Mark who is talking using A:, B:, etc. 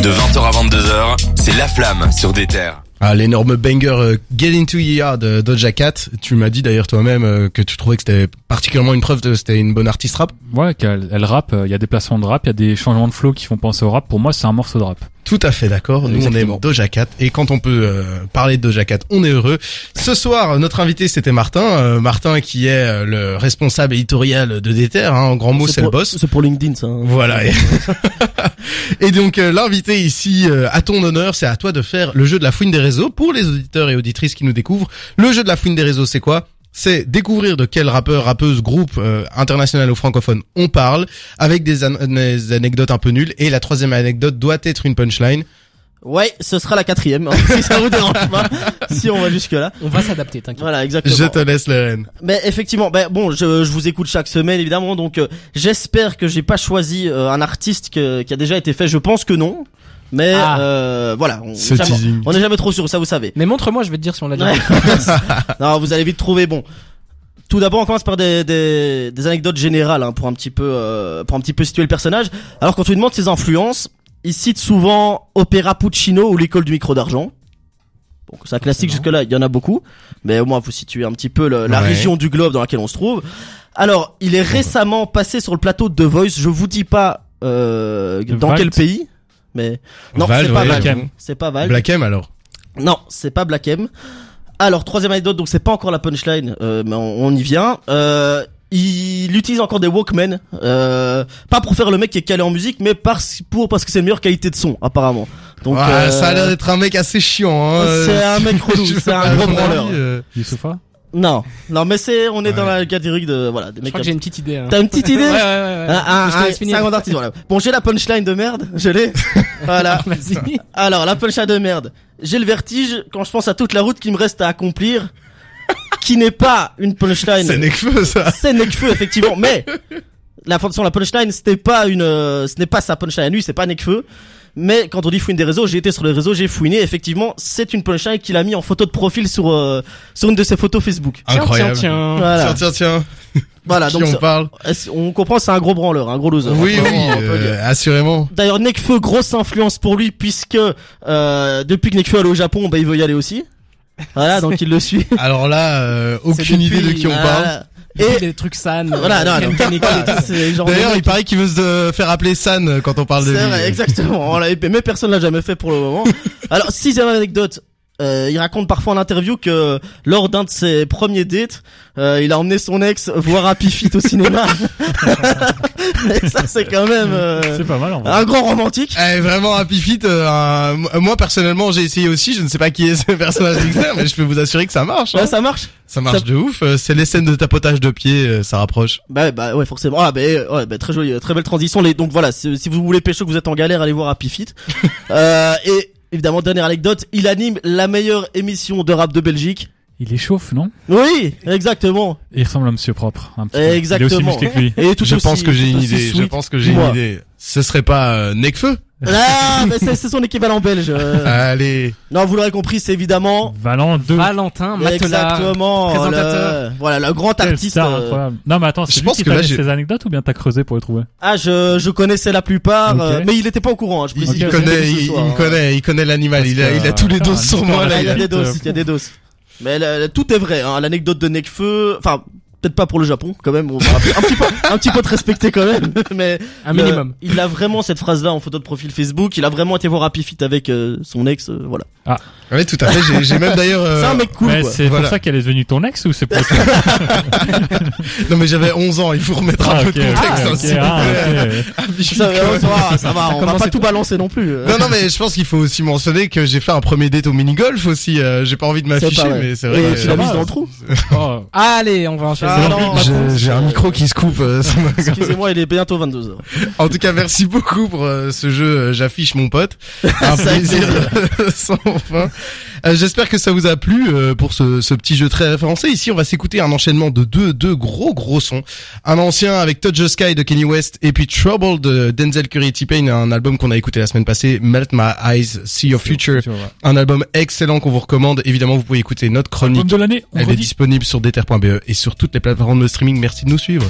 A: De 20h à 22h, c'est La Flamme sur des terres.
B: Ah, l'énorme banger euh, Get Into Ya de Doja Cat. Tu m'as dit d'ailleurs toi-même euh, que tu trouvais que c'était particulièrement une preuve de c'était une bonne artiste rap.
C: Ouais, qu'elle elle rappe, euh, il y a des placements de rap, il y a des changements de flow qui font penser au rap. Pour moi, c'est un morceau de rap.
B: Tout à fait d'accord. Nous on
D: Exactement.
B: aime Doja Cat et quand on peut euh, parler de Doja Cat, on est heureux. Ce soir, notre invité c'était Martin, Euh, Martin qui est euh, le responsable éditorial de Déter. Hein, en grand mot, c'est le
D: pour-
B: boss.
D: C'est pour LinkedIn, ça. hein.
B: Voilà. Et- Et donc euh, l'invité ici, euh, à ton honneur, c'est à toi de faire le jeu de la fouine des réseaux pour les auditeurs et auditrices qui nous découvrent. Le jeu de la fouine des réseaux, c'est quoi c'est découvrir de quel rappeur, rappeuse, groupe euh, international ou francophone on parle, avec des, an- des anecdotes un peu nulles. Et la troisième anecdote doit être une punchline.
D: Ouais, ce sera la quatrième, hein, si ça vous dérange pas, si on va jusque-là.
E: On va s'adapter, t'inquiète.
D: Voilà, exactement.
B: Je te laisse la reine.
D: Mais effectivement, ben bon, je, je vous écoute chaque semaine évidemment, donc euh, j'espère que j'ai pas choisi euh, un artiste que- qui a déjà été fait. Je pense que non, mais
E: Ah.
D: euh, voilà, on
B: Ce
D: jamais-
B: teasing.
D: on n'est jamais trop sûr, ça vous savez.
E: Mais montre-moi, je vais te dire si on l'a déjà.
D: Ouais.
E: fait.
D: non, vous allez vite trouver. Bon, tout d'abord, on commence par des, des, des anecdotes générales hein, pour un petit peu euh, pour un petit peu situer le personnage. Alors quand on lui demande ses influences, il cite souvent Opéra Puccino ou l'école du micro d'argent. Bon, c'est un classique jusque là, il y en a beaucoup, mais au moins vous situez un petit peu le- la
B: Ouais.
D: région du globe dans laquelle on se trouve. Alors, il est récemment passé sur le plateau de The Voice. Je vous dis pas euh, dans
C: Valt.
D: quel pays, mais non,
B: Val,
D: c'est pas
B: ouais,
D: Val.
B: Black
D: C'est pas
B: M.
D: Val.
B: Black M alors.
D: Non, c'est pas Black M. Alors, troisième anecdote, donc c'est pas encore la punchline, euh, mais on, on y vient. Euh, il utilise encore des Walkman, euh, pas pour faire le mec qui est calé en musique, mais parce, pour, parce que c'est une meilleure qualité de son, apparemment. Donc,
B: Ah,
D: euh,
B: Ça a l'air d'être un mec assez chiant. Hein.
D: c'est un mec relou,
B: Je-
D: c'est
B: à
D: un
B: mon
D: gros
B: avis,
D: branleur.
B: euh,
C: Youssoufa
D: Non, non, mais c'est, on est dans
B: Ouais.
D: la catégorie de, voilà, des
E: Je
D: mecs.
E: crois que j'ai une petite idée. hein.
D: T'as une petite idée Ah,
E: Ouais, ouais, ouais. ouais.
D: Un- un-
E: Je te
D: un-
E: laisse
D: c'est
E: finir.
D: un grand artiste, voilà. Bon, j'ai la punchline de merde, je l'ai. voilà.
E: Ah, Vas-y.
D: Alors, la punchline de merde. J'ai le vertige quand je pense à toute la route qui me reste à accomplir, qui n'est pas Ah, une punchline.
B: C'est Nekfeu ça.
D: C'est Nekfeu, effectivement, mais la fin de son, la punchline, c'était pas une, euh, ce n'est pas sa punchline à lui, c'est pas Nekfeu. Mais quand on dit fouine des réseaux, j'ai été sur les réseaux, j'ai fouiné, effectivement, c'est une punchline qu'il a mis en photo de profil sur, euh, sur une de ses photos Facebook.
E: Tiens,
B: Incroyable.
E: Tiens, tiens.
D: Voilà.
B: Tiens, tiens, tiens.
D: Voilà,
B: Qui
D: Ah, donc
B: on
D: ça-
B: parle
D: est-ce- on comprend, c'est un gros branleur, un gros loser.
B: Oui, oui,
D: Vraiment, on peut dire.
B: euh, assurément.
D: D'ailleurs, Nekfeu, grosse influence pour lui, puisque euh, depuis que Nekfeu est allé au Japon, bah, il veut y aller aussi. Voilà, donc il le suit.
B: Alors là, euh, aucune
E: depuis-
B: idée de qui on parle.
D: Voilà.
E: Et
D: Et
E: des trucs san.
D: voilà, non, non, c'est le genre de
B: D'ailleurs,
D: mec
B: il paraît qu'il veut se euh, faire appeler San quand on parle de lui.
D: C'est vrai, exactement. On l'avait- mais personne l'a jamais fait pour le moment. Alors, sixième anecdote. euh, il raconte parfois en interview que lors d'un de ses premiers dates, euh, il a emmené son ex voir Happy Feet au cinéma. Et ça, c'est quand même euh,
C: C'est pas mal en vrai.
D: un grand romantique.
B: Eh, vraiment Happy Feet. euh, un- moi personnellement, j'ai essayé aussi. Je ne sais pas qui est ce personnage externe, mais je peux vous assurer que ça marche. hein.
D: Ouais, ça marche
B: Ça marche
D: ça-
B: de ouf. euh, C'est les scènes de tapotage de pied, euh, ça rapproche.
D: Bah, bah ouais, forcément. Ah, bah, euh, ouais, bah, très jolie, très belle transition. Les, donc voilà, si si vous voulez pécho, que vous êtes en galère, allez voir Happy Feet. euh, et évidemment, dernière anecdote, il anime la meilleure émission de rap de Belgique.
C: Il est chauffe, non
D: Oui, exactement.
C: Il ressemble à Monsieur Propre. Un petit peu. Il est
D: Exactement.
C: aussi musclé que lui.
D: Et tout
B: je
D: aussi-
B: pense que j'ai
D: tout
B: une
D: aussi
B: idée. Je
D: sweet.
B: pense que j'ai une
D: Moi.
B: idée. Ce serait pas euh, Nekfeu
D: Ah, mais c'est c'est son équivalent belge. euh.
B: Allez.
D: Non, vous l'aurez compris, c'est évidemment.
C: Valent 2.
B: Ah,
E: Valentin Matelard.
D: exactement. le-
E: présentateur.
D: Voilà, le grand
C: Quelle
D: artiste.
C: star
D: euh.
C: incroyable. Non mais attends,
B: Je
C: c'est lui
B: pense
C: qui
B: que
C: t'a
B: là,
C: dit
B: j'ai-
C: ces anecdotes ou bien t'as creusé pour les trouver
D: Ah, je, je connaissais la plupart,
C: Ok.
D: euh, mais il était pas au courant. hein, Je
B: Il,
D: précise.
B: il
D: que
B: connaît,
D: c'était ce
B: il,
D: soir,
B: il me
D: hein.
B: connaît, il connaît l'animal.
C: Parce
B: Il a,
C: que,
B: il a tous les
C: euh,
B: doses sur moi. euh.
C: Ah,
D: Voilà,
B: Là,
D: il y a
C: il
D: des
C: est-
D: doses, il y a des doses. Mais le- le- tout est vrai, hein, l'anecdote de Nekfeu, enfin, peut-être pas pour le Japon, quand même, on va un petit- un petit peu, un petit peu te respecter quand même, mais.
E: Un
D: le-
E: minimum.
D: il a vraiment cette phrase-là en photo de profil Facebook, il a vraiment été voir Happy Feet avec euh, son ex, euh, voilà.
B: Oui, tout à fait. j'ai- J'ai même d'ailleurs. euh,
D: C'est un mec cool,
C: Mais
D: quoi.
C: c'est
B: Voilà.
C: pour ça qu'elle est devenue ton ex ou c'est pour
B: Non mais j'avais 11 ans. Il faut remettre un
C: Ah,
B: peu
C: ok,
B: de contexte.
C: ok,
B: hein,
C: ok,
B: s'il vous
C: ah,
B: plaît.
C: ok.
B: Happy Feet,
D: Ça, euh, ça va, ça va, on va
E: commencé
D: pas tout balancer non plus. euh.
B: Non, non, mais je pense qu'il faut aussi mentionner que j'ai fait un premier date au mini-golf aussi. euh, j'ai pas envie de
D: pas
B: m'afficher,
D: vrai.
B: mais c'est
D: Et
B: vrai. euh, que-
D: tu
C: ça
D: l'as mis
C: va.
D: dans le trou.
C: Oh,
E: Allez, on va enchaîner.
D: Ah, non,
B: J'ai- J'ai un micro qui se coupe. euh, ça m'a-
D: Excusez-moi, il est bientôt 22h.
B: en tout cas, merci beaucoup pour euh, ce jeu. euh, J'affiche mon pote. Un
D: Ça a été
B: plaisir sans fin. Euh, J'espère que ça vous a plu euh, pour ce, ce petit jeu très référencé. Ici, on va s'écouter un enchaînement de deux, deux gros gros sons. Un ancien avec Touch the Sky de Kenny West et puis Trouble de Denzel Curry et T-Pain, un album qu'on a écouté la semaine passée, Melt My Eyes, See Your Future.
C: tu vois.
B: Un album excellent qu'on vous recommande. Évidemment, vous pouvez écouter notre
C: Album
B: chronique.
C: de l'année, on
B: Elle est
C: redit.
B: E disponible sur déter.be et sur toutes les plateformes de streaming. Merci de nous suivre.